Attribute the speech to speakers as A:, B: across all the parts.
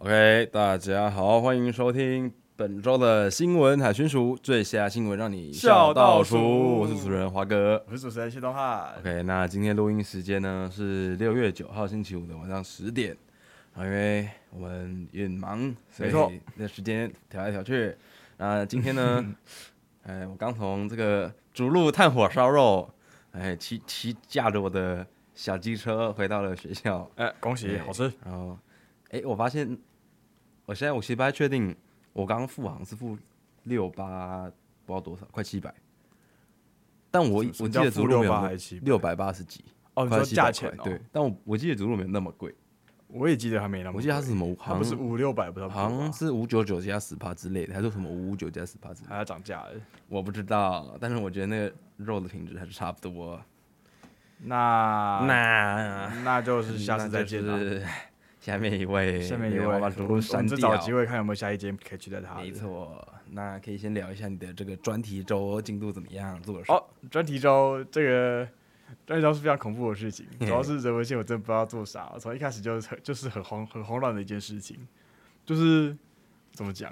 A: OK，大家好，欢迎收听本周的新闻海巡署最瞎新闻，让你
B: 笑到数
A: 数。我是主持人华哥。
B: 我是主持人谢东汉。
A: OK，那今天录音时间呢是六月九号星期五的晚上十点。啊，因为我们有点忙，所
B: 没错
A: 以那时间调来调去。那今天 呢，哎，我刚从这个逐鹿炭火烧肉，哎，骑骑驾着我的小机车回到了学校。
B: 哎，恭喜，
A: 对
B: 好吃。
A: 然后，哎，我发现，我现在我其实不太确定，我刚刚付好像是付六八，不知道多少，快七百。但我
B: 什么什
A: 我
B: 么
A: 记
B: 叫
A: 得
B: 付
A: 逐鹿没
B: 600还
A: 有
B: 是700
A: 六百八十几，
B: 哦，你
A: 快
B: 说
A: 700
B: 价钱
A: 块
B: 哦？
A: 对，，但我我记得逐鹿没有那么贵，
B: 我也记得还没那么贵。
A: 我记得它是什么，
B: 哦它
A: 好
B: 不是
A: 像
B: 五啊六百，不知道
A: 好像是五九九加十八之类的，还是什么五五九加十八之类的，
B: 还要涨价了。
A: 我不知道。但是我觉得那个肉的品质还是差不多。
B: 那
A: 那
B: 那就是下次再见
A: 那
B: 了。
A: 就是啊下面一位，
B: 下面一位，
A: 我把
B: 我
A: 逐鹿删
B: 们再找
A: 掉。
B: 机会看有没有下一间可以取代它。
A: 没。错，那可以先聊一下你的这个专题周进度怎么样，做了什么？
B: 哦，专题周这个专题周是非常恐怖的事情，主要是人文线我真的不知道做啥，我从一开始就是很就是很慌很慌乱的一件事情，就是怎么讲，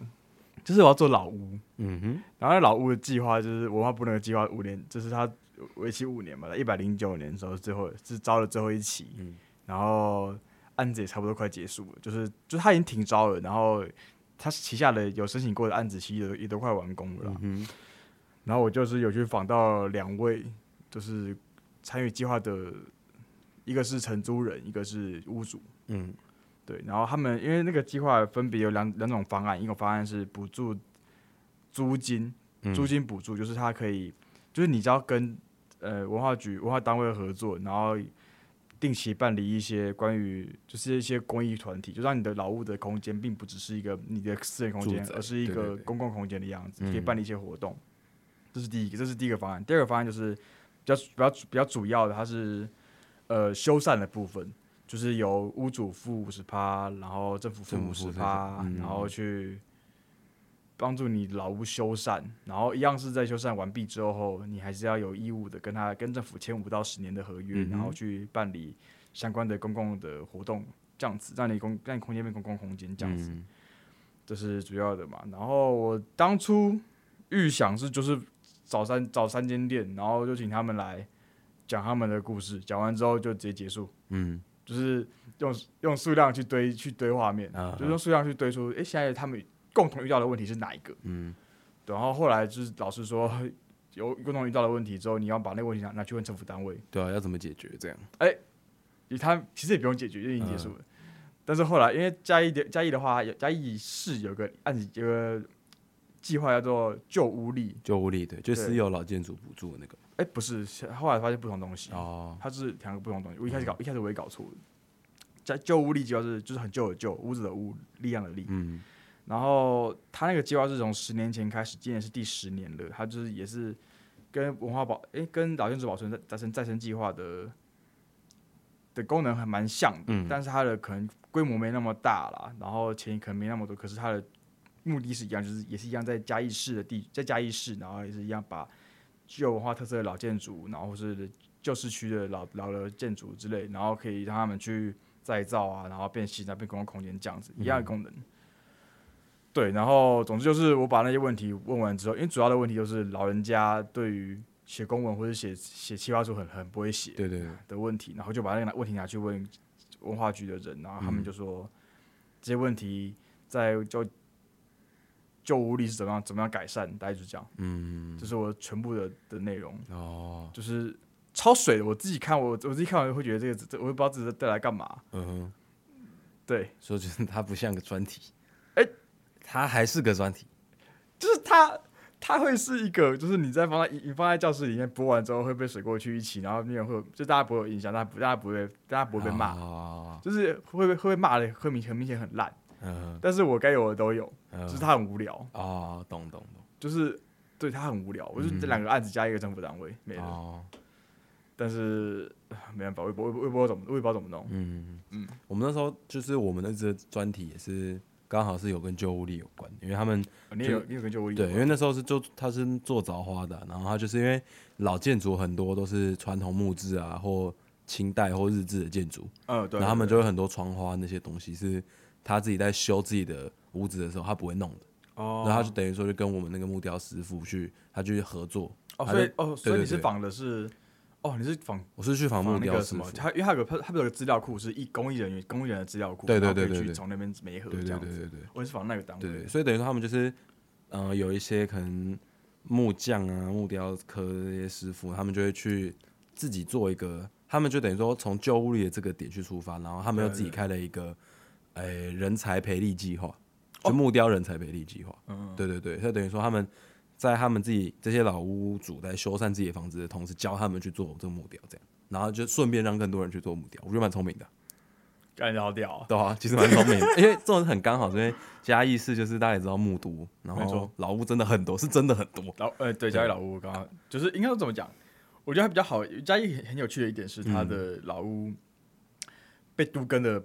B: 就是我要做老屋。
A: 嗯哼，
B: 然后那老屋的计划就是文化部那个计划五年，就是他为期五年嘛，一百零九年的时候是最后是招了最后一期，
A: 嗯
B: 然后案子也差不多快结束了，就是就是他已经停招了，然后他旗下的有申请过的案子其实也都也都快完工了啦，
A: 嗯
B: 然后我就是有去访到两位，就是参与计划的，一个是承租人，一个是屋主，
A: 嗯
B: 对，然后他们因为那个计划分别有两两种方案，一种方案是补助租金，
A: 嗯
B: 租金补助就是它可以，就是你只要跟呃文化局文化单位合作，然后定期办理一些关于就是一些公益团体，就让你的劳务的空间并不只是一个你的私人空间
A: 住，宅
B: 而是一
A: 对对
B: 个
A: 对
B: 公共空间的样子，
A: 嗯
B: 可以办理一些活动。这是第一个，这是第一个方案。第二个方案就是比较比较比较主要的，它是呃修缮的部分，就是由屋主付五十趴，然后政府付
A: 政府
B: 五
A: 付
B: 十
A: 这些
B: 趴，
A: 嗯
B: 然后去帮助你老屋修缮，然后一样是在修缮完毕之后，你还是要有义务的跟他跟政府签五到十年的合约，
A: 嗯哼
B: 然后去办理相关的公共的活动，这样子让你公让你空间变公共空间这样子。
A: 嗯
B: 这是主要的嘛。然后我当初预想是就是找三找三间店，然后就请他们来讲他们的故事，讲完之后就直接结束，
A: 嗯
B: 就是用用数量去堆去堆画面，
A: 啊
B: 就是用数量去堆出，诶，现在他们共同遇到的问题是哪一个？
A: 嗯
B: 然后后来就是老师说。有共同遇到的问题之后，你要把那个问题拿拿去问政府单位，
A: 对啊，要怎么解决这样？
B: 也他其实也不用解决，就已经结束
A: 啊
B: 了。但是后来，因为嘉义的嘉义的话，有呃嘉义市有个案子，有个计划叫做旧屋力，
A: 就无力对，就
B: 对
A: 私有老建筑补助的那个
B: 哎、不是，是后来发现不同东西，
A: 哦，
B: 它是两个不同东西。我一开始搞，一开始我也搞错了。在旧屋力计划是就是很旧的旧，屋子的屋，力量的力。
A: 嗯
B: 然后他那个计划是从十年前开始，今年是第十年了。他就是也是跟文化保诶，跟老建筑保存再再生再生计划的的功能还蛮像的，
A: 嗯
B: 但是它的可能规模没那么大啦，然后钱可能没那么多，可是它的目的是一样，就是也是一样在嘉义市的地，在嘉义市，然后也是一样把具有文化特色的老建筑，然后或是旧市区的老老的建筑之类，然后可以让他们去再造啊，然后变新啊，变公共空间这样子一样的功能。
A: 嗯
B: 对，然后总之就是我把那些问题问完之后，因为主要的问题就是老人家对于写公文或者写写企划书很很不会写
A: 对对对，
B: 的问题，然后就把那个问题拿去问文化局的人，然后他
A: 嗯
B: 们就说、这些问题在就旧屋里是怎么样怎么样改善，大概就是这样。
A: 嗯
B: 这是我全部的的内容，
A: 哦
B: 就是超水的。我自己看我我自己看完会觉得这个这我也不知道自己带来干嘛。
A: 嗯哼，
B: 对，
A: 说就是它不像个专题，
B: 哎
A: 它还是个专题，
B: 就是它它会是一个，就是你在放在你放在教室里面播完之后会被水过去一起，然后没有人会有就大家不会有印象，大家不大家不会大家不
A: 我
B: 会被骂，
A: 哦，
B: 就是会被会被骂的会明很明显很烂，
A: 嗯
B: 但是我该有的都有，
A: 嗯
B: 就是它很无聊，
A: 哦，懂懂懂，
B: 就是对它很无聊。我就
A: 嗯
B: 这两个案子加一个政府单位没了，
A: 哦，
B: 但是唉没办法，我也不我也不我也不知道怎么我也不知道怎么弄，
A: 嗯嗯
B: 嗯，
A: 我们那时候就是我们那支专题也是刚好是有跟旧物力有关，因为他们
B: 你也有你有跟就我
A: 对，因为那时候是做他是做凿花的，啊然后他就是因为老建筑很多都是传统木质啊，或清代或日治的建筑，
B: 嗯对，
A: 然后他们
B: 对
A: 就有很多窗花那些东西是他自己在修自己的屋子的时候，他不会弄的，
B: 哦
A: 然后他就等于说就跟我们那个木雕师傅去，他去合作。
B: 哦，
A: 他
B: 所以
A: 就
B: 哦，所以
A: 对
B: 你是
A: 对
B: 仿的是，哦，你是仿
A: 我是去访木
B: 仿那
A: 雕
B: 个
A: 师
B: 什
A: 傅
B: 么？，他因为他有个他不是有个资料库是一公益人员公益人的资料库，
A: 对对
B: 然后可以
A: 对对
B: 去
A: 对
B: 从那边每一盒
A: 对
B: 这
A: 对
B: 样
A: 对
B: 子。
A: 对对。
B: 我是仿那个单
A: 对
B: 位，
A: 所以等于说他们就是，呃，有一些可能木匠啊、木雕刻这些师傅，他们就会去自己做一个，他们就等于说从旧物力的这个点去出发，然后他们又
B: 对
A: 自己
B: 对
A: 开了一个，呃，人才培力计划，就木雕人才培力计划。
B: 哦嗯，
A: 对对对，所以等于说他们在他们自己这些老屋主在修缮自己的房子的同时，教他们去做这个木雕，这样，然后就顺便让更多人去做木雕，我觉得蛮聪明的。
B: 感觉好屌啊。
A: 对 啊，其实蛮聪明的，因为这种很刚好，因为嘉义市就是大家也知道木都，然
B: 没
A: 后
B: 错
A: 老屋真的很多，是真的很多。
B: 老呃，对，嘉义老屋刚刚就是应该说怎么讲？我觉得它比较好。嘉义很很有趣的一点是，它
A: 嗯
B: 的老屋被都更的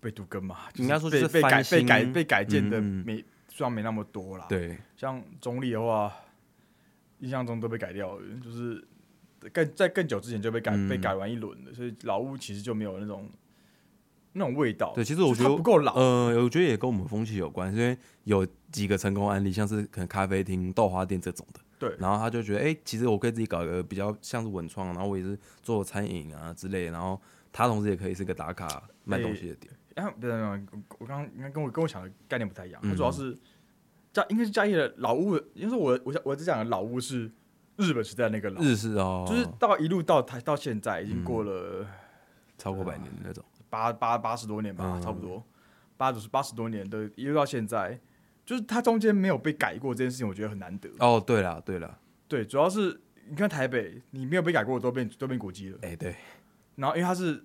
B: 被都更嘛，就
A: 应该说
B: 被
A: 就是
B: 被
A: 翻
B: 改被改
A: 新
B: 被改建的
A: 嗯嗯
B: 没虽然没那么多啦，，
A: 对，
B: 像中立的话，印象中都被改掉了，就是更在更久之前就被改、
A: 嗯
B: 被改完一轮了，所以老屋其实就没有那种那种味道。
A: 对其实我
B: 就是
A: 觉得
B: 它不够老，啊
A: 呃，我觉得也跟我们风气有关，因为有几个成功案例，像是可能咖啡厅、豆花店这种的，
B: 对
A: 然后他就觉得，哎、其实我可以自己搞一个比较像是文创，然后我也是做餐饮啊之类的，然后他同时也可以是个打卡卖东西的点，
B: 然后别别别，我刚刚应该跟我跟我想的概念不太一样，
A: 嗯
B: 它主要是加应该是加义的老屋的，因为说我我我只讲的老屋是日本时代那个老屋，
A: 日式哦，嗯
B: 哎就是到一路到台到现在已经过了。
A: 超过百年的那种，
B: 八八八十多年吧，
A: 嗯
B: 差不多八九十八十多年的，一直到现在，就是它中间没有被改过这件事情，我觉得很难得。
A: 哦，对了对了，
B: 对，主要是你看台北，你没有被改过的都变都变古迹了，
A: 哎、对，
B: 然后因为它是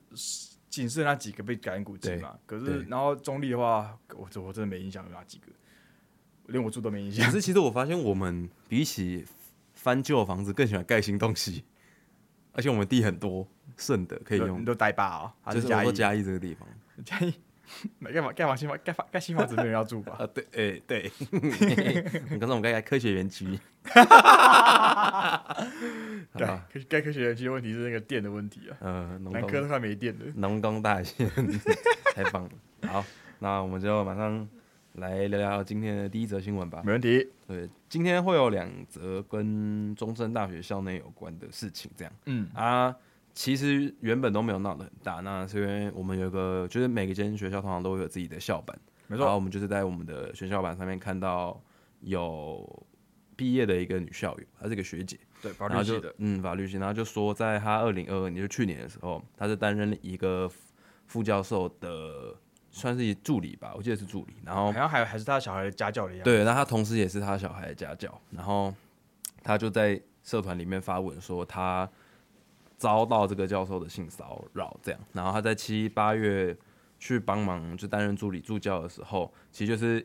B: 仅剩那几个被改成古迹嘛，可是
A: 对
B: 然后中立的话，我这我真的没印象有哪几个，连我住都没印象
A: 可。是其实我发现我们比起翻旧房子更喜欢盖新东西，而且我们地很多，剩的 可以
B: 你
A: 用，
B: 都呆霸啊，还
A: 就是是
B: 嘉
A: 我
B: 义
A: 说嘉义这个地方
B: 嘉义，没干嘛干嘛新房盖房盖新房子没人要住 吧？
A: 啊，对，哎、对，你刚才我们盖盖科学园区，好
B: 对
A: 吧，
B: 可盖科学园区的问题是那个电的问题啊，
A: 呃，农
B: 南科
A: 工
B: 都快没电了。
A: 农工大县 太棒了，好，那我们就马上来聊聊今天的第一则新闻吧。
B: 没问题，
A: 对，今天会有两则跟中正大学校内有关的事情，这样。
B: 嗯，
A: 啊，其实原本都没有闹得很大，那是因为我们有一个，就是每个间学校通常都会有自己的校版，
B: 没
A: 然
B: 错
A: 后。我们就是在我们的学校版上面看到有毕业的一个女校友，她是一个学姐，
B: 对，法
A: 然后就，嗯法律系，然后就说在她二零二二年就去年的时候，她是担任一个副副教授的算是助理吧，我记得是助理，然后
B: 好像还有还是他小孩的家教的样子。
A: 对，那他同时也是他小孩的家教，然后他就在社团里面发文说他遭到这个教授的性骚扰，这样，然后他在七八月去帮忙就担任助理助教的时候，其实就是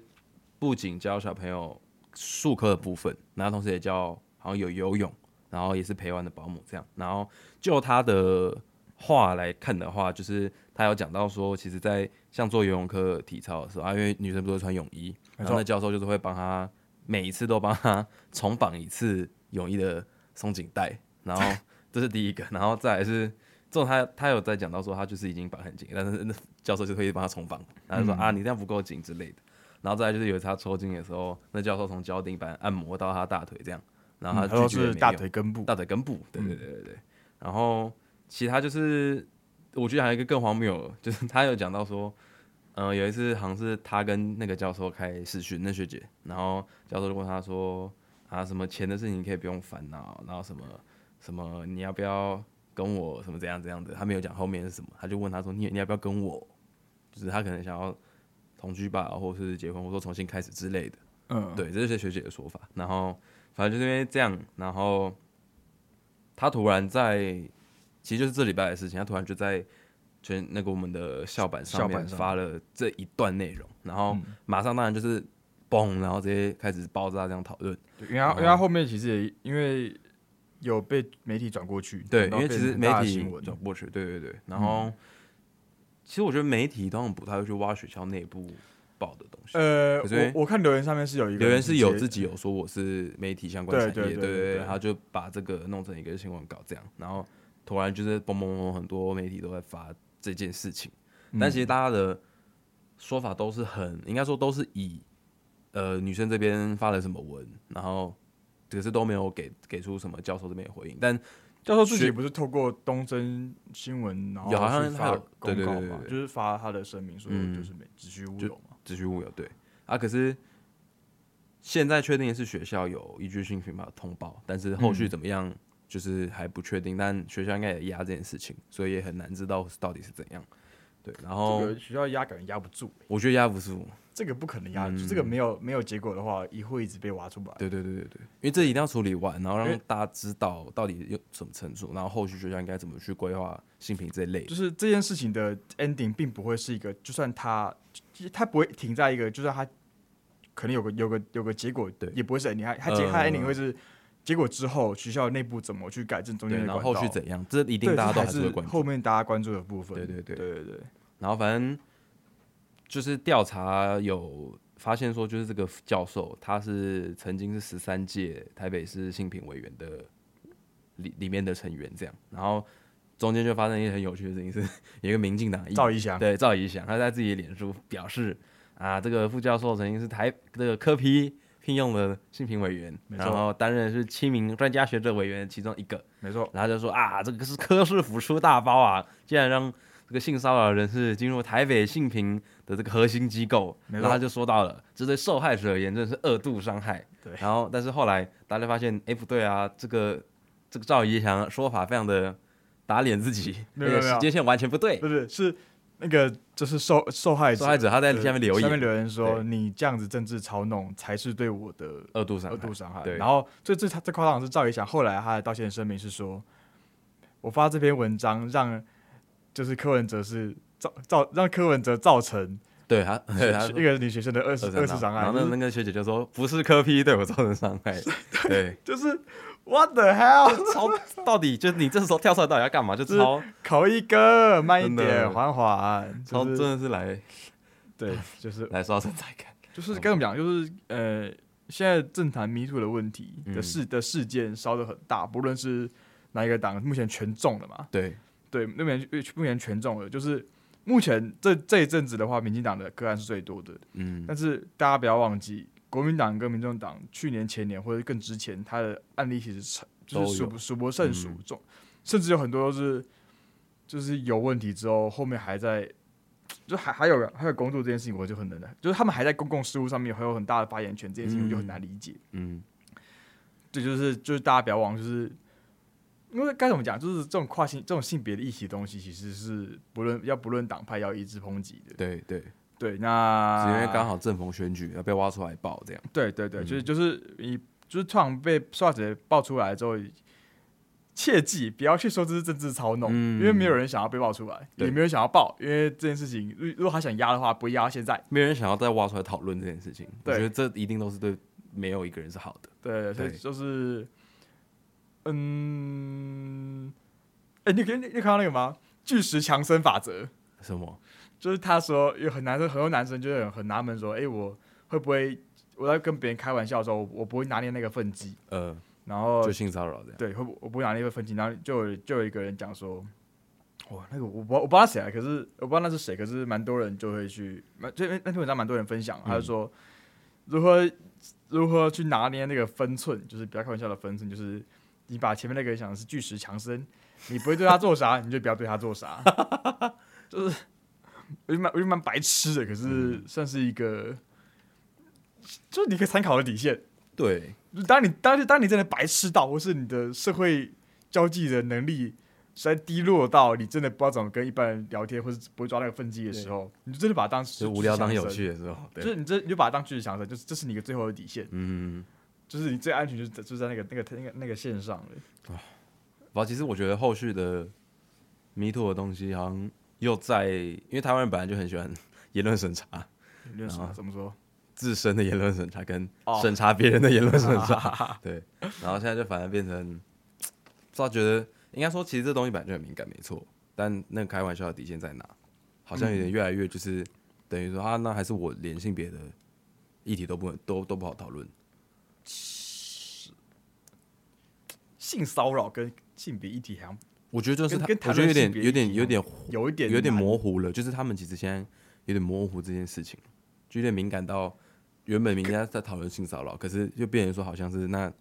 A: 不仅教小朋友术科的部分，然后同时也教好像有游泳，然后也是陪玩的保姆这样，然后就他的话来看的话，就是他有讲到说，其实，在像做游泳课体操的时候啊，因为女生不都会穿泳衣，
B: 没错
A: 然后那教授就是会帮他每一次都帮他重绑一次泳衣的松紧带，然 后这是第一个，然后再来是。这种他他有在讲到说他就是已经绑很紧，但是 那教授就会帮他重绑，然
B: 嗯
A: 后就说、啊你这样不够紧之类的。然后再来就是有一次他抽筋的时候，那教授从脚底板按摩到他大腿这样，然后
B: 嗯，
A: 他
B: 他
A: 拒绝
B: 说
A: 也没
B: 是大
A: 用
B: 腿根部。
A: 大腿根部，对对对对对。然后其他就是，我觉得还有一个更荒谬的，就是他有讲到说，呃，有一次好像是他跟那个教授开视讯，那学姐，然后教授就问他说，啊，什么钱的事情你可以不用烦恼，然后什么什么你要不要跟我什么怎样怎样的，他没有讲后面是什么，他就问他说，你你要不要跟我，就是他可能想要同居吧，或是结婚，或者说重新开始之类的。
B: 嗯，
A: 对，这是学姐的说法。然后反正就是因为这样，然后他突然在，其实就是这礼拜的事情，他突然就在全那个我们的校版上
B: 校
A: 面
B: 版上嗯
A: 发了这一段内容，然后马上当然就是嘣，然后直接开始爆炸这样讨论。
B: 对，因为他因为他后面其实也因为有被媒体转过去，
A: 对，
B: 然
A: 因
B: 后
A: 为其实
B: 变成很
A: 媒
B: 大的
A: 体
B: 新闻嗯
A: 转过去，对对对。然后、其实我觉得媒体当然不太会去挖学校内部报的东西。
B: 呃，
A: 可是
B: 我我看留言上面是有一个
A: 留言是有
B: 直
A: 自
B: 接
A: 己有说我是媒体相关
B: 对
A: 产业，
B: 对对
A: 对
B: 对对
A: 他就把这个弄成一个新闻稿这样，然后
B: 嗯
A: 突然就是嘣嘣嘣，很多媒体都在发这件事情，但其实大家的说法都是很，应该说都是以呃女生这边发了什么文，然后可是都没有给给出什么教授这边的回应，但
B: 教授自己不是透过东森新闻，然后
A: 有好像
B: 去
A: 他
B: 发
A: 有对
B: 公
A: 对
B: 告
A: 对对
B: 嘛，
A: 对
B: 就是发他的声明说
A: 嗯
B: 就是没子虚乌
A: 就
B: 有嘛。
A: 子虚乌有对啊，可是现在确定是学校有依据性平法通报，但是后续
B: 嗯
A: 怎么样就是还不确定，但学校应该也压这件事情，所以也很难知道到底是怎样。对，然后
B: 这个学校压感觉压不住，
A: 我觉得压不住，
B: 这个不可能压
A: 嗯
B: 得住，这个没有没有结果的话，一会一直被挖出来。
A: 对对对对对，因为这一定要处理完，然后
B: 因
A: 让
B: 为
A: 大家知道到底有什么程度，然后后续学校应该怎么去规划性平这一类的。
B: 就是这件事情的 ending 并不会是一个，就算他，其实他不会停在一个，就算他可能有个有个有个结果，
A: 对
B: 也不会是 ending，他他结、
A: 呃
B: 他 ending 会是结果之后学校内部怎么去改正中
A: 对，
B: 间的
A: 然后
B: 管
A: 后
B: 道
A: 续怎样，这一定
B: 对，
A: 大家都
B: 这
A: 还
B: 才
A: 是
B: 是
A: 会关
B: 后
A: 注。
B: 面大家关注的部分。
A: 对对对
B: 对对对，
A: 然后反正就是调查有发现说，就是这个教授他是曾经是十三届台北市性平委员的里里面的成员这样，然后中间就发生一件很有趣的事情，是有一个民进党议员
B: 赵一翔，
A: 对赵怡翔，他在自己的脸书表示啊，这个副教授曾经是台这个科批聘用的性评委员，
B: 没错
A: 然后担任是七名专家学者委员其中一个，
B: 没错，
A: 然后就说啊，这个是柯市府出大包啊，竟然让这个性骚扰人士进入台北性平的这个核心机构，
B: 没
A: 然
B: 错
A: 后他就说到了，这对受害者而言真的是恶度伤害。
B: 对
A: 然后但是后来大家发现，哎，不对啊，这个这个赵怡翔说法非常的打脸自己，那
B: 没有
A: 个
B: 没有
A: 时间线完全不对
B: 不。是是那个就是受受害者，
A: 受害者他在下面留
B: 下面
A: 言，
B: 留言说
A: 对
B: 你这样子政治操弄才是对我的
A: 恶度伤
B: 二
A: 害
B: 度。伤害。
A: 对
B: 然后最最最夸张的是赵一翔，后来他的道歉声明是说，我发这篇文章让就是柯文哲是造造让柯文哲造成
A: 对 他， 对他
B: 一个女学生的二次二次伤害
A: 然后，那那个学姐就说不是科批对我造成伤害，对，
B: 就是 What the hell？
A: 超到底就是你这时候跳出来到底要干嘛？就超
B: 口一哥，慢一
A: 真的
B: 点，缓缓，
A: 超真
B: 就是
A: 的是来
B: 对，就是
A: 来刷存在感，
B: 就是跟我们讲，就是呃，现在政坛 Me Too 的问题的
A: 嗯
B: 事、的事件烧得很大，不论是哪一个党，目前全中了嘛。
A: 对，
B: 对，那边目前全中了，就是目前这这一阵子的话，民进党的个案是最多的。
A: 嗯，
B: 但是大家不要忘记，国民党跟民众党去年、前年或者更之前，它的案例其实是就
A: 都
B: 是数
A: 有嗯
B: 不数不胜数，中、甚至有很多都是就是有问题之后，后面还在。就还还有还有工作这件事情，我就很难，就是他们还在公共事务上面还有很大的发言权，这件事情我就很难理解。
A: 嗯，
B: 对，就是就是大家不要忘，就是因为该怎么讲，就是这种跨性这种性别的议题的东西，其实是不论要不论党派要一致抨击的。
A: 对对，只
B: 对，那
A: 因为刚好嗯正逢选举要被挖出来爆这样，
B: 对对对，就是就是你就是突然被受害者爆出来之后，切记不要去说这是政治操弄，
A: 嗯
B: 因为没有人想要被爆出来，也
A: 对
B: 没有人想要爆，因为这件事情如如果他想压的话，不会压到现在。
A: 没有人想要再挖出来讨论这件事情，我
B: 对
A: 觉得这一定都是对没有一个人是好的，
B: 对，所以
A: 对
B: 就是，嗯，哎、你你你看到那个吗？巨石强森法则，
A: 什么？
B: 就是他说有很男生，很多男生就是很很纳闷说，哎、我会不会我在跟别人开玩笑的时候，我我不会拿捏那个分际，
A: 呃，
B: 然后
A: 就性骚扰这样，
B: 对，会不我不会拿捏那个分际，然后就有就有一个人讲说，哇，那个我不知道我不知道谁啊，可是我不知道那是谁，可是蛮多人就会去，蛮就那那篇文章蛮多人分享，他
A: 嗯
B: 就说如何如何去拿捏那个分寸，就是不要开玩笑的分寸，就是你把前面那个人想的是巨石强森，你不会对他做啥， 你就不要对他做啥， 就是我就蛮我就蛮白痴的，可
A: 嗯
B: 是算是一个，就是你可以参考的底线。
A: 对，
B: 当你当当你真的白痴到，或是你的社会交际的能力实在低落到你真的不知道怎么跟一般人聊天，或是不会抓那个分际的时候，你就真的把它当
A: 就
B: 就是
A: 无聊当有，趣的时候，
B: 就是
A: 对，
B: 你这你就把它当巨石强森，就是这是你的最后的底线，
A: 嗯。
B: 就是你最安全就是在就是在那个那个那个那个线上了。
A: 不，其实我觉得后续的迷途的东西好像又在，因为台湾人本来就很喜欢 言论审查，
B: 你什么怎么说？
A: 自身的言论审查 跟
B: 哦
A: 审查别人的言论审查， 对，然后现在就反而变成，不知道觉得应该说，其实这东西本来就很敏感，没错，但那个开玩笑的底线在哪？好像有
B: 嗯
A: 点越来越就是、等于说啊，那还是我连性别的议题都不能都都不好讨论，
B: 性骚扰跟性别议题好像
A: 我觉得就是
B: 跟
A: 他，
B: 跟谈
A: 我觉得有点
B: 论性别
A: 有
B: 议
A: 点
B: 题
A: 有
B: 一
A: 点
B: 有一点
A: 有点
B: 难
A: 模糊了，就是他们其实现在有点模糊这件事情，就有点敏感到原本人家在讨论性骚扰，可是就变成说好像是那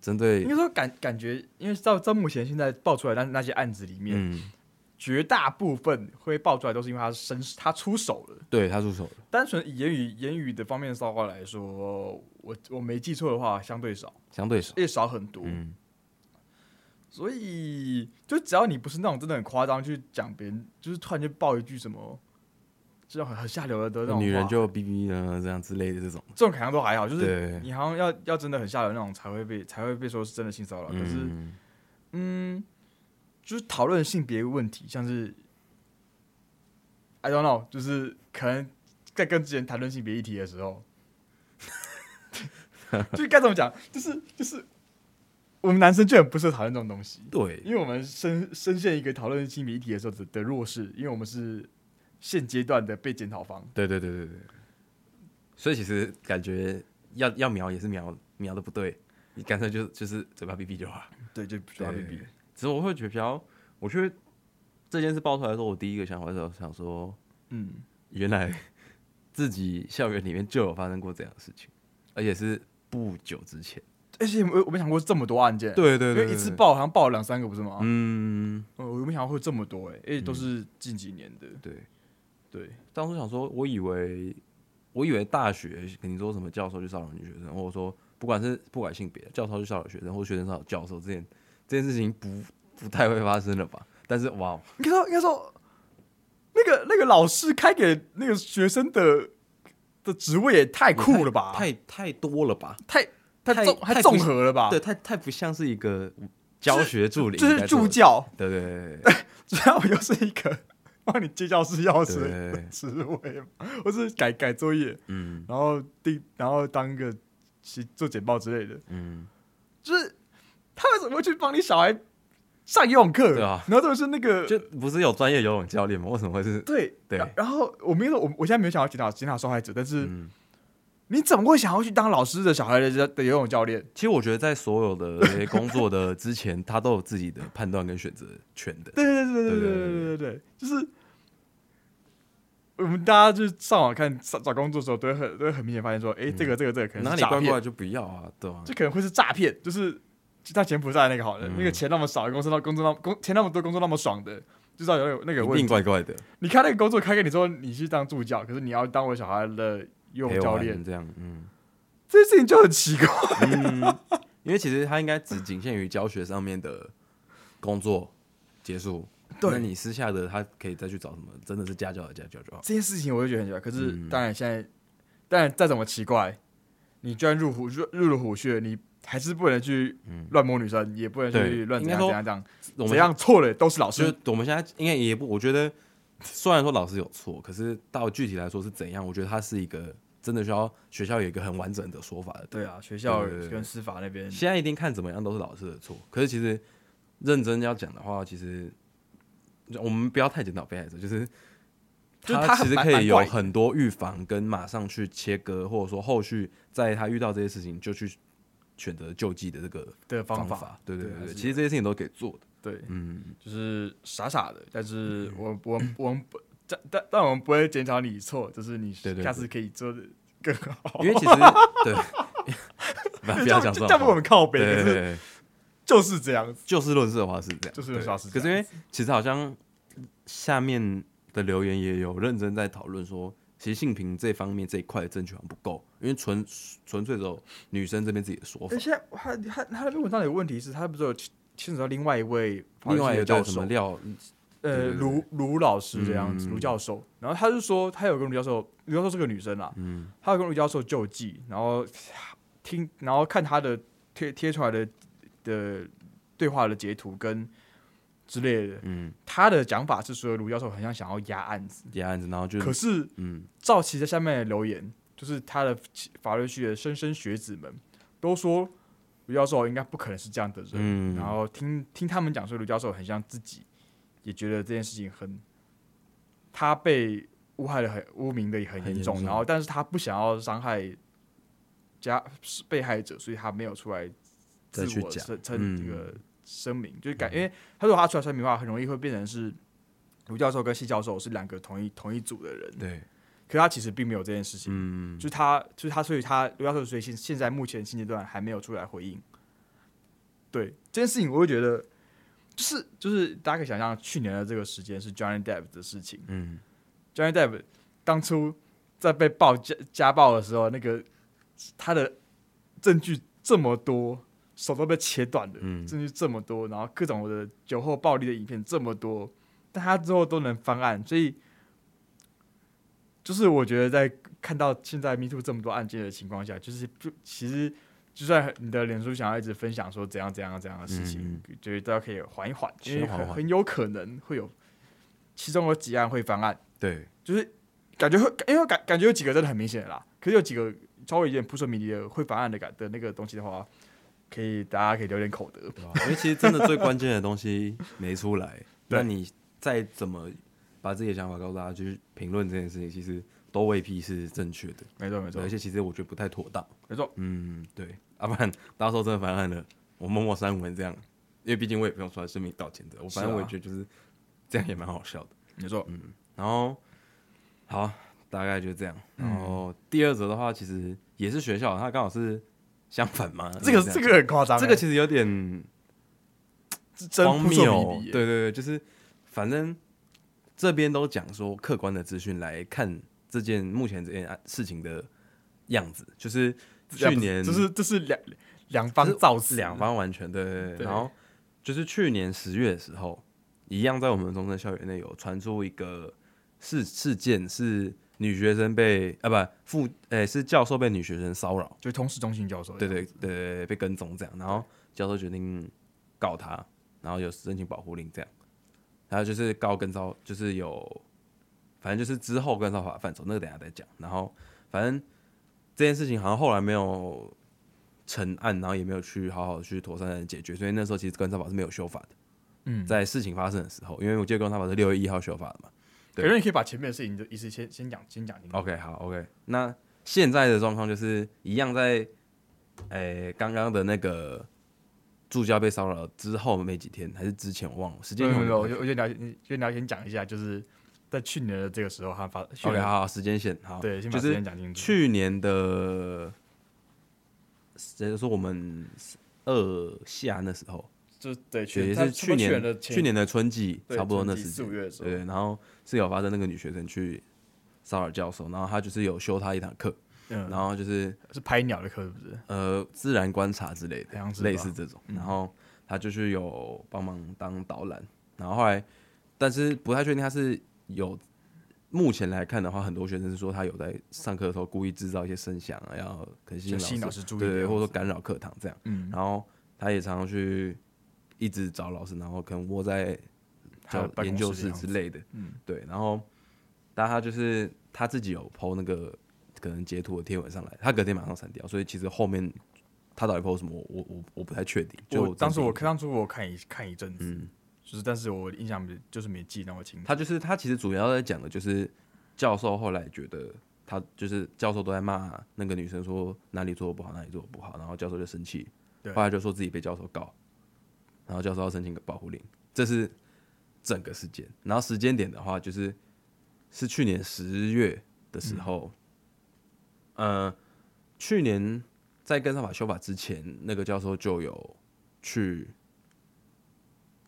A: 针对
B: 应该说感感觉，因为到到目前现在爆出来的那那些案子里面，
A: 嗯，
B: 绝大部分会爆出来都是因为他伸他出手了。
A: 对他入手了，
B: 单纯以言语言语的方面骚扰来说，我我没记错的话，相对少，
A: 相对少，
B: 也少很多。
A: 嗯，
B: 所以，就只要你不是那种真的很夸张去讲别人，就是突然就爆一句什么，这种很很下流的那种话
A: 女人就哔哔呢这样之类的这种，
B: 这种好像都还好，就是
A: 对，
B: 你好像要要真的很下流那种才会被才会被说是真的性骚扰。可是，
A: 嗯
B: 嗯，就是讨论性别问题，像是 I don't know，就是可能在跟之前谈论性别议题的时候， 就是该怎么讲，就是就是我们男生就很不适合讨论这种东西。
A: 对，
B: 因为我们深深陷一个讨论性别议题的时候的的弱势，因为我们是现阶段的被检讨方，
A: 对对对对对。所以其实感觉要要瞄也是瞄瞄的不对，你干脆就就是嘴巴闭闭就好了。
B: 对，就抓
A: 对
B: B B，
A: 只是我会觉得比较，我觉得这件事爆出来的时候，我第一个想法是想说，
B: 嗯，
A: 原来自己校园里面就有发生过这样的事情，而且是不久之前。
B: 而且我我没想过这么多案件，
A: 对对
B: 因为一次，爆好像爆了两三个，不是吗？
A: 嗯，
B: 嗯，我没想到会这么多、欸，哎，而且都是近几年的，
A: 对。
B: 对，
A: 当初想说，我以为我以为大学肯定说什么教授去骚扰女学生，或者说不管是不管性别，教授去骚扰学生，或学生骚扰教授，这件这件事情不不太会发生了吧？但是哇，哦
B: 应该说应该说，那个那个老师开给那个学生的的职位也太酷了吧，
A: 太太多了吧？
B: 太太
A: 太
B: 综
A: 太
B: 太综合了吧，
A: 对，，太太不像是一个教学助理，
B: 就
A: 应
B: 啊是
A: 该做
B: 助
A: 的，
B: 教，
A: 对对对 对
B: 然后又是一个帮你接教室钥匙
A: 对
B: 的职位嘛，或是改改作业，
A: 嗯
B: 然后定，然后当个其做简报之类的，
A: 嗯，
B: 就是他为什么会去帮你小孩上游泳课？
A: 对啊
B: 然后或者是那个
A: 就不是有专业游泳教练吗？为什么会是？
B: 对
A: 对
B: 然然后我没有，我我现在没有想要检讨检讨受害者，但是
A: 嗯，
B: 你怎么会想要去当老师的小孩的的游泳教练？
A: 其实我觉得在所有的这些工作的之前，他都有自己的判断跟选择权的。
B: 对对对对对对对对对，就是我们大家就是上网看找找工作的时候，都会很都会很明显发现说，哎、这个这个这个可能
A: 哪
B: 是
A: 里
B: 诈
A: 怪
B: 骗
A: 怪，就不要啊，对吧？
B: 这可能会是诈骗，就是就像柬埔寨那个好了，
A: 嗯
B: 那个钱那么少，工作那工作那工钱那么多，工作那么爽的，就知道有那个那个
A: 一
B: 问
A: 定
B: 题。
A: 怪怪的。
B: 你看那个工作开给你说你去当助教，可是你要当我小孩的游泳
A: 陪
B: 教
A: 玩
B: 练，
A: 这样，嗯
B: 这件事情就很奇怪。
A: 嗯，因为其实他应该只仅限于教学上面的工作结束。
B: 对
A: 那你私下的他可以再去找什么，真的是家教的家教就好。
B: 这件事情我就觉得很奇怪。可是
A: 嗯
B: 当然现在，当然再怎么奇怪，你居然入虎入入了虎穴，你还是不能去乱摸女生，也不能去
A: 嗯对
B: 乱怎
A: 应该
B: 样
A: 说
B: 怎样怎样，
A: 我们
B: 怎样错了都是老
A: 就
B: 师
A: 是。我们现在应该也不，我觉得虽然说老师有错，可是到具体来说是怎样，我觉得他是一个真的需要学校有一个很完整的说法的。
B: 对啊，学校
A: 对对对
B: 跟司法那边，
A: 现在一定看怎么样都是老师的错，可是其实认真要讲的话，其实我们不要太检讨被害者，就是
B: 就是他
A: 其
B: 很
A: 实
B: 蛮
A: 可以有
B: 蛮怪
A: 很多预防跟马上去切割，或者说后续在他遇到这些事情就去选择救济的这个
B: 的
A: 方
B: 方法。
A: 对对对
B: 对
A: 对，
B: 还是
A: 其实这些事情都可以做 的。
B: 对，
A: 嗯，
B: 就是傻傻的，但是我我我们不，但但但我们不会检讨你错，就是你
A: 对对
B: 下次可以做的更好。
A: 因为其实对， 不要讲这
B: 这
A: 种
B: 样这样
A: 话
B: 会我们靠北，
A: 对对
B: 可
A: 对
B: 是
A: 对
B: 就是这样子。
A: 就事论事的话是这样，
B: 就事论事的话是
A: 对可是因为其实好像下面的留言也有认真在讨论说，其实性平这方面这一块的争取好像不够，因为纯纯粹只有女生这边自己的说法
B: 而，且他他他那篇文章有个问题是，他不是有牵牵扯到另外一位呃法律
A: 另外
B: 系
A: 一个
B: 的教
A: 叫什么
B: 授，
A: 廖，
B: 呃，
A: 对对对
B: 卢卢老师这样子，
A: 嗯
B: 卢教授。然后他就说，他有跟卢教授，卢教授是个女生啦，
A: 嗯
B: 他有跟卢教授救济，然后听，然后看他的贴贴出来的的对话的截图跟之类的，
A: 嗯，
B: 他的讲法是说卢教授很像想要压案子，
A: 也案子，然后就
B: 可
A: 是
B: 是
A: 嗯
B: 赵琦在下面的留言，就是他的法律系的莘莘学子们都说，卢教授应该不可能是这样的人。
A: 嗯，
B: 然后听听他们讲说，卢教授很像自己，也觉得这件事情很，他被污害的很污名的也很
A: 很
B: 严
A: 严
B: 重，
A: 重
B: 然后但是他不想要伤害加被害者，所以他没有出来
A: 再
B: 自
A: 去
B: 我
A: 讲
B: 声称
A: 嗯
B: 这个声明，就是感，因为他如果他出来声明的话，很容易会变成是卢教授跟谢教授是两个同一同一组的人，
A: 对，
B: 可他其实并没有这件事情，
A: 嗯，
B: 就是他就是他，所以他卢教授所以现现在目前现阶段还没有出来回应。对这件事情，我会觉得就是就是大家可以想象，去年的这个时间是 Johnny Depp 的事情，
A: 嗯
B: ，Johnny Depp 当初在被爆家家暴的时候，那个他的证据这么多，手都被切断的，
A: 嗯
B: 证据这么多，然后各种的酒后暴力的影片这么多，但他之后都能翻案，所以就是我觉得在看到现在 Me Too 这么多案件的情况下，就是就其实就算你的脸书想要一直分享说怎样怎样怎样的事情，就是大家可以缓一缓，因为
A: 先缓
B: 很
A: 缓
B: 很有可能会有其中有几案会翻案，
A: 对，
B: 就是感觉会因为感感觉有几个真的很明显的啦，可是有几个稍微有点扑朔迷离的会翻案的感的那个东西的话。可以，大家可以留点口德。
A: 对吧？因为其实真的最关键的东西没出 来，那你再怎么把自己的想法告诉大家，就是评论这件事情，其实都未必是正确的，
B: 没错，没错
A: 而，且其实我觉得不太妥当。
B: 没错。
A: 嗯，对，要、不然到时候真的翻案了，我默默删文这样，因为毕竟我也不用出来声明道歉的，我反正
B: 是啊
A: 我也觉得就是这样也蛮好笑的。
B: 没错，
A: 然后好，大概就这样。然
B: 嗯
A: 后第二则的话，其实也是学校，它刚好是相反嘛。
B: 这个
A: 是
B: 这
A: 样
B: 个很夸张欸，
A: 这个其实有点
B: 是真
A: 荒
B: 扑朔
A: 谬
B: 迷，离欸。
A: 对对对，就是反正这边都讲说客观的资讯来看这件目前这件案事情的样子，就是
B: 这样
A: 去
B: 不是
A: 年
B: 这是这是两两方造次，
A: 两方完全对对对。
B: 对
A: 然后就是去年十月的时候，一样在我们中正校园内有传出一个事事件，是女学生被啊不副诶、是教授被女学生骚扰，
B: 就是同时中心教授。
A: 对对对对对被跟踪这样，然后教授决定告他，然后有申请保护令这样，然后就是告跟骚，就是有反正就是之后跟骚法范畴，那个等一下再讲。然后反正这件事情好像后来没有成案，然后也没有去好好地去妥善的解决，所以那时候其实跟骚法是没有修法的。
B: 嗯
A: 在事情发生的时候，因为我记得跟骚法是六月一号修法的嘛。对哦
B: 可是你可以把前面的事情就一次先先讲先讲清楚。
A: OK，好，OK。那现在的状况就是一样在，诶，刚刚的那个助教被骚扰之后没几天，还是之前我忘了，时
B: 没
A: 间
B: 嗯有
A: 有
B: 没有没
A: 点
B: 有，
A: 不
B: 我
A: 太
B: 就我就聊就聊先讲一下，就是在去年的这个时候，他发去
A: OK，
B: 年
A: 好好，时间线好，
B: 对，先把
A: 就
B: 时间
A: 是
B: 讲清楚。
A: 去年的，也就是我们二下那时候，
B: 就对，
A: 对，也是去年去年的春季，
B: 对
A: 差不多那
B: 春季
A: 时
B: 四
A: 间
B: 五月的时候
A: 对，然后是有发生那个女学生去骚扰教授，然后他就是有修他一堂课，然
B: 嗯，
A: 后就是
B: 是拍鸟的课是不是？
A: 呃自然观察之类
B: 好
A: 的
B: 像，是吧嗯
A: 类似这种。然后他就是有帮忙当导览，然后后来，但是不太确定他是有。目前来看的话，很多学生是说他有在上课的时候故意制造一些声响啊，要可能
B: 就吸引老师注意的
A: 对，对
B: 样
A: 或者说
B: 子
A: 干扰课堂这样。
B: 嗯，
A: 然后他也常常去一直找老师，然后可能窝在
B: 他的
A: 教
B: 办
A: 研
B: 公
A: 究室
B: 室的样
A: 之
B: 子
A: 类的，
B: 嗯，
A: 对，然后但他就是他自己有 PO 那个可能截图的贴文上来，他隔天马上删掉，所以其实后面他到底 PO 什么，我我我我不太确定。就
B: 我当时我
A: 真的
B: 看当初我看一看一阵子
A: 嗯，
B: 就是但是我印象没就是没记那么清楚。
A: 他就是他其实主要在讲的就是教授后来觉得他就是教授都在骂那个女生说哪里做的不好，哪里做的不好，然后教授就生气，
B: 对
A: 后来就说自己被教授告，然后教授要申请个保护令，这是整个事件。然后时间点的话，就是是去年十月的时候，呃，去年在跟上法修法之前，那个教授就有去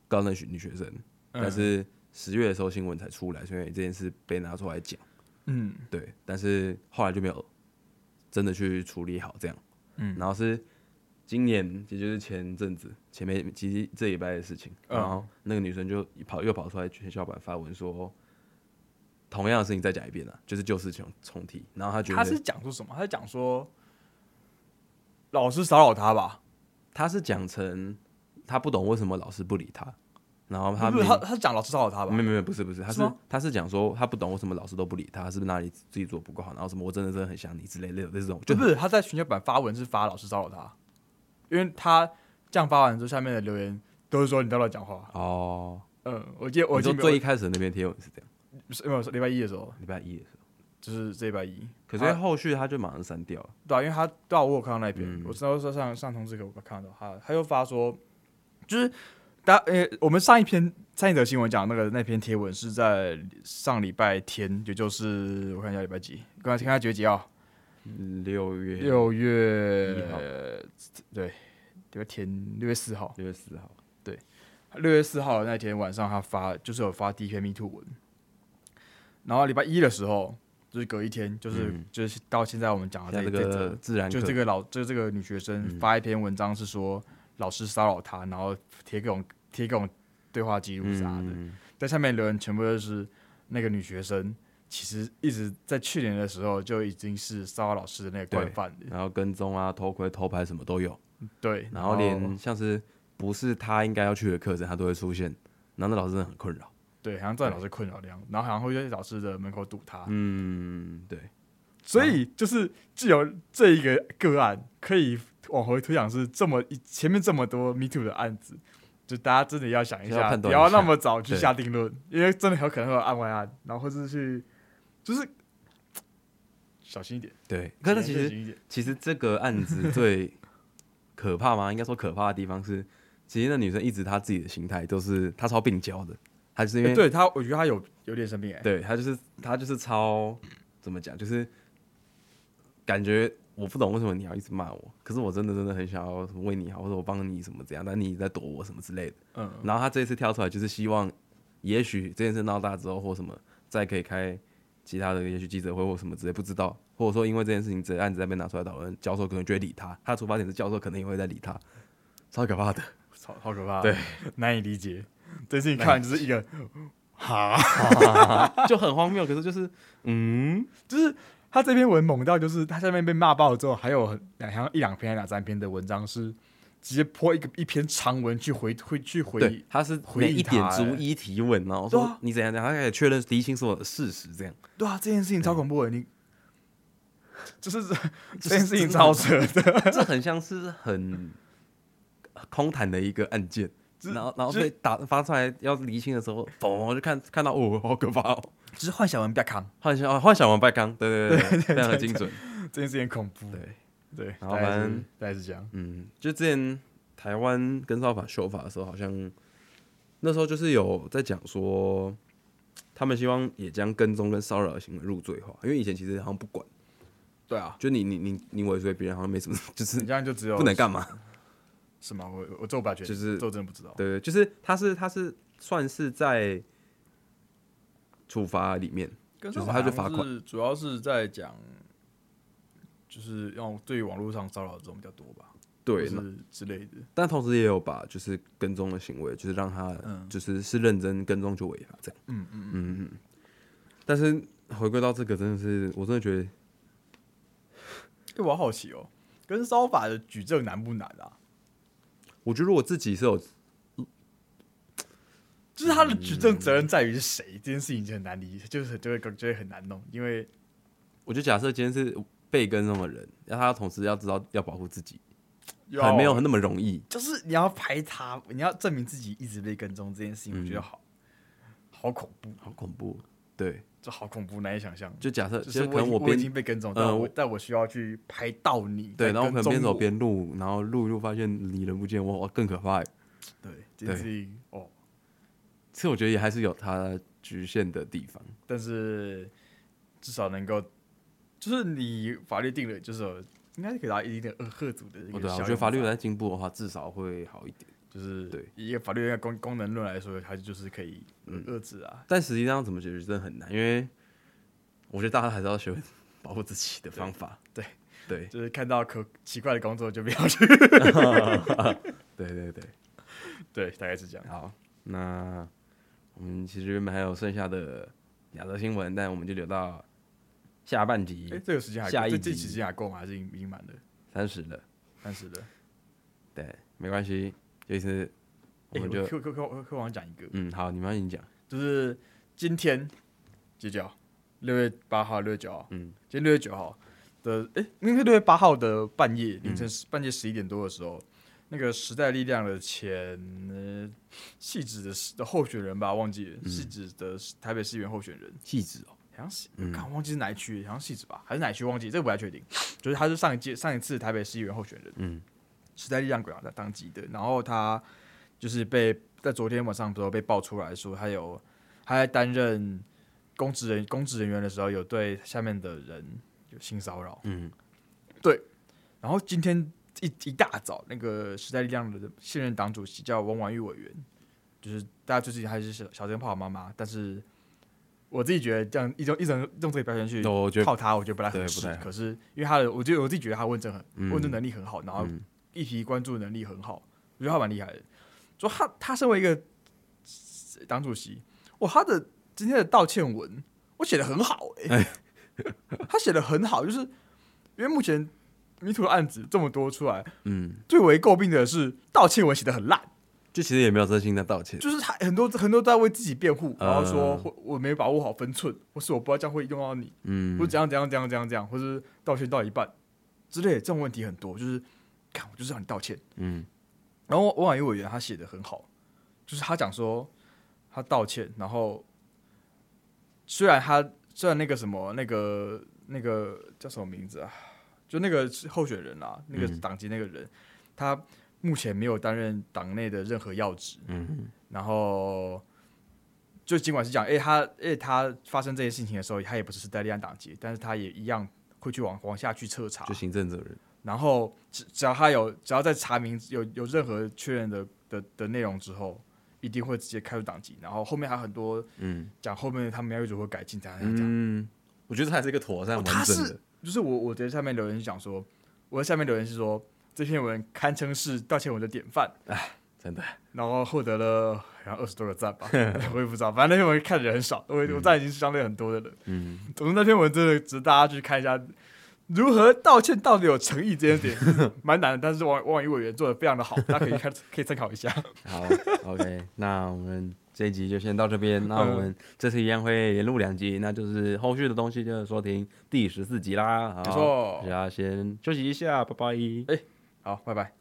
A: 告那女学生，但是十月的时候新闻才出来，所以这件事被拿出来讲。
B: 嗯，
A: 对，但是后来就没有真的去处理好这样。
B: 嗯
A: 然后是今年，也就是前阵子，前面其实这礼拜的事情，
B: 嗯
A: 然后那个女生就跑又跑出来全校版发文说，同样的事情再讲一遍啊，就是旧事情重提。然后她觉得
B: 他是讲说什么？他是讲说老师骚扰他吧？
A: 她是讲成她不懂为什么老师不理她，然后她
B: 不是
A: 明
B: 他，他是讲老师骚扰他吧
A: 哦没？没没，不是不是，他
B: 是
A: 是
B: 吗
A: 他是讲说他不懂为什么老师都不理他，是不是哪里自己做不够好，然后什么我真的真的很想你之类类类似这种，
B: 就
A: 就
B: 不是他在群教版发文是发老师骚扰他，因为他这样发完之后，下面的留言都是说你在乱讲话。
A: 哦，
B: 嗯，我记得我
A: 你
B: 记
A: 说
B: 得
A: 最一开始那篇贴文是这样，
B: 没有礼拜一的时候，
A: 礼拜一的时候，
B: 就是这礼拜一。
A: 可是
B: 他
A: 后续他就马上删掉了，
B: 对啊，因为他对啊，我有看到那一篇，
A: 嗯
B: 我知道说上上通知给我看到他，他又发说，就是大呃，我们上一篇上一则新闻讲那个那篇贴文是在上礼拜天，也就是我看一下礼拜几，刚才看下几月几号？
A: 六月
B: 啊六月
A: 一号
B: 对，六月天，六月四号，
A: 六月四号，
B: 六月四号的那天晚上，他发就是有发第一篇 Me Too 文，然后礼拜一的时候，就是隔一天，就是、就是到现在我们讲的
A: 嗯在
B: 这
A: 这
B: 啊这则
A: 个自然
B: 就
A: 课
B: 这个老，就这个女学
A: 嗯
B: 生发一篇文章是说老师骚扰她，然后贴各种贴各种对话记
A: 嗯
B: 录啥的，在下面留言全部都是那个女学生其实一直在去年的时候就已经是骚扰老师的那个惯
A: 对
B: 犯了，
A: 然后跟踪啊、偷窥、偷拍什么都有，
B: 对，
A: 然后连像是不是他应该要去的课程，他都会出现，然后那老师真的很困扰。
B: 对好像造成老师困扰的样子，然后好像会在老师的门口堵她，
A: 嗯，对，
B: 所
A: 嗯
B: 以就是既有这一个个案，可以往回推想是这么一前面这么多 Me Too 的案子，就大家真的要想一
A: 就要
B: 下，
A: 判
B: 不
A: 断
B: 要
A: 一下
B: 那么早去下定论，因为真的有可能会有案外案，然后或者去就是小心一点。
A: 对，可是
B: 小
A: 其
B: 心
A: 实
B: 一点
A: 其实这个案子最可怕吗？应该说可怕的地方是，其实那女生一直她自己的心态都是她超病娇的，她就是因为、
B: 欸对他，我觉得他有有点生病哎、
A: 对她就是她就是超怎么讲，就是感觉我不懂为什么你要一直骂我，可是我真的真的很想要什么为你好，或者我帮你什么怎样，但你在躲我什么之类的。
B: 嗯，
A: 然后她这一次跳出来就是希望，也许这件事闹大之后或什么，再可以开。其他的也许记者会或什么之类不知道，或者说因为这件事情，这个案子在被拿出来讨论，教授可能就会理他，他的出发点是教授可能也会在理他，超可怕的。
B: 超好可怕，
A: 对，
B: 难以理解。这次你看就是一个哈，
A: 就很荒谬。可是就是，嗯，
B: 就是他这篇文猛到，就是他下面被骂爆之后，还有很两像一两篇、还两三篇的文章是直接泼一个一篇长文去回会去
A: 对
B: 回，
A: 他是
B: 回
A: 每
B: 忆
A: 一
B: 他
A: 点
B: 欸
A: 逐一提问，然后
B: 对
A: 说
B: 啊
A: 你怎样怎样，他可以确认厘清所有的事实，这样
B: 对啊，这件事情超恐怖的，你就是 这件事情
A: 真的
B: 超扯的，
A: 这很像是很空谈的一个案 件。然后，然后被打发出来要厘清的时候，嘣，就看看到哦，好可怕哦！
B: 只是幻想文不要扛，
A: 幻想哦幻想王拜康，对对对，非常的精准。
B: 这件事情恐怖，
A: 对
B: 对，
A: 然
B: 大
A: 后
B: 概是
A: 反正
B: 大概是这样，
A: 嗯，就之前台湾跟少法修法的时候，好像那时候就是有在讲说，他们希望也将跟踪跟骚扰的行为入罪化，因为以前其实好像不管，
B: 对啊，
A: 就你你你你尾随别人好像没什么， 就是
B: 你这样就只有
A: 不能干嘛，
B: 什么，我我这我不要觉得，
A: 就是
B: 这我真的不知道，
A: 对对，就是他是他是算是在处罚里面，
B: 跟
A: 就是他就罚款，
B: 主要是在讲。就是用对于网络上骚扰这种比较多吧，
A: 对，那
B: 是之类的。
A: 但同时也有把就是跟踪的行为，就是让他
B: 嗯
A: 就是是认真跟踪就违法这样。嗯嗯嗯嗯。但是回归到这个，真的是我真的觉得
B: 哎、我好奇哦，跟骚法的举证难不难啊？
A: 我觉得我自己是有，
B: 就是他的举证
A: 嗯
B: 责任在于是谁，这件事情就很难理解，就是就会更就会很难弄，因为
A: 我就假设今天是被跟那么人，然后他同时要知道要保护自己，
B: 要哦
A: 很没有那啊么容易。
B: 就是你要拍他，你要证明自己一直被跟踪这件事情，
A: 嗯
B: 我觉得好、好恐怖，
A: 好恐怖，对，
B: 这好恐怖，难以想象。
A: 就假设
B: 就
A: 其
B: 是
A: 实可能
B: 我已经我已
A: 边
B: 经被跟踪，
A: 呃
B: 但我、
A: 我
B: 但我需要去拍到你，
A: 对，
B: 再
A: 然后我可能边
B: 跟踪
A: 走
B: 我
A: 边录，然后录一录发现你人不见，哇，更可怕欸。
B: 对这
A: 对
B: 件事情哦，
A: 其实我觉得也还是有它局限的地方。
B: 但是至少能够，就是你法律定了，就是有应该是给大家一定的贺阻的一
A: 哦，
B: 个
A: 对啊，我
B: 效
A: 觉
B: 应
A: 得法律
B: 吧
A: 有在进步的话，至少会好一点。
B: 就是
A: 对
B: 一个法律的功功能论来说，它就是可以遏制啊。
A: 但实际上怎么解决真的很难，因为我觉得大家还是要学会 保护自己的方法。
B: 对
A: 对
B: 就是看到可奇怪的工作就不要去。
A: 对对对，
B: 对，大概是这样。
A: 好，那我们其实原本还有剩下的亚洲新闻，但我们就留到下半集
B: 哎、这个时间还
A: 下
B: 够，
A: 一
B: 这这
A: 集
B: 期时间还够吗？还是已经已经满了？
A: 三十了。
B: 三十了。
A: 对，没关系，就是我
B: 哎、
A: 们
B: 我
A: 就、
B: Q Q Q Q 王讲一个，
A: 嗯，好，你们先讲。
B: 就是今天几九？六月八号、六月九号，
A: 嗯，
B: 今天六月九号的，哎、应该六月八号的半夜凌晨十、半夜十一点多的时候，那个时代力量的前呃系指的的候选人吧，忘记了，系指的台北市议员候选人，
A: 细致哦，
B: 好像是，我看忘记是哪一区，好像戏子吧，还是哪一区忘记，这个不太确定。就是他是上一届上一次台北市议员候选人，
A: 嗯，
B: 时代力量党党籍的，然后他就是被在昨天晚上的时候被爆出来说，他有他在担任公职人公职人员的时候，有对下面的人有性骚扰。
C: 嗯，
B: 然后今天一一大早，那个时代力量的现任党主席叫王婉玉委员，就是大家最近还是小小灯泡妈妈，但是我自己觉得这样一种一种用这个标签去
C: 那我觉得
B: 套他，我觉得不太合
C: 对
B: 适
C: 不太。好
B: 可是因为他的，我觉得我自己觉得他问政很、
C: 嗯
B: 问政能力很好，然后
C: 嗯
B: 议题关注能力很好，我觉得他蛮厉害的。说他他身为一个党主席，哇，他的今天的道歉文我写的很好哎、 他写的很好，就是因为目前迷途的案子这么多出来，
C: 嗯，
B: 最为诟病的是道歉文写的很烂，
C: 就其实也没有真心的道歉，
B: 就是他很多很多都在为自己辩护，
C: 嗯
B: 然后说我我没把握好分寸，或是我不知道这样会用到你，
C: 嗯
B: 或，者怎样怎样怎样怎样怎样，或是道歉到一半之类的这种问题很多，就是看我就是让你道歉。
C: 嗯
B: 然后王婉玉委员他写的很好，就是他讲说他道歉，然后虽然他虽然那个什么那个那个叫什么名字啊，就那个候选人啊，那个
C: 嗯
B: 党籍那个人，他目前没有担任党内的任何要职，
C: 嗯
B: 然后就尽管是讲，哎、他哎、他发生这些事情的时候，他也不是是代力量党籍，但是他也一样会去往往下去彻查，
C: 就行政责任，
B: 然后只只要他有只要在查明有有任何确认的的的内容之后，一定会直接开除党籍。然后后面还有很多
C: 嗯
B: 讲后面他们要如何改进，怎样怎样怎样。
C: 嗯，我觉得他还是一个妥善
B: 哦
C: 完
B: 他
C: 整
B: 是
C: 的，
B: 就是我我在下面留言是讲说，我在下面留言是说这篇文堪称是道歉文的典范，
C: 真的，
B: 然后获得了好像二十多个赞吧， 我也不知道，反正那篇文看的人很少，我我赞已经是相对很多的了。
C: 嗯，
B: 总之那篇文真的值得大家去看一下，如何道歉到底有诚意这件事情蛮难的，但是王王宇委员做的非常的好，大家可以看 可以参考一下。
C: 好，OK，那 我们。这一集就先到这边，那我们这次一样会连录两集，那就是后续的东西就是收听第十四集啦。好
B: 没错
C: 大家先休息一下，拜拜。
B: 好，拜拜。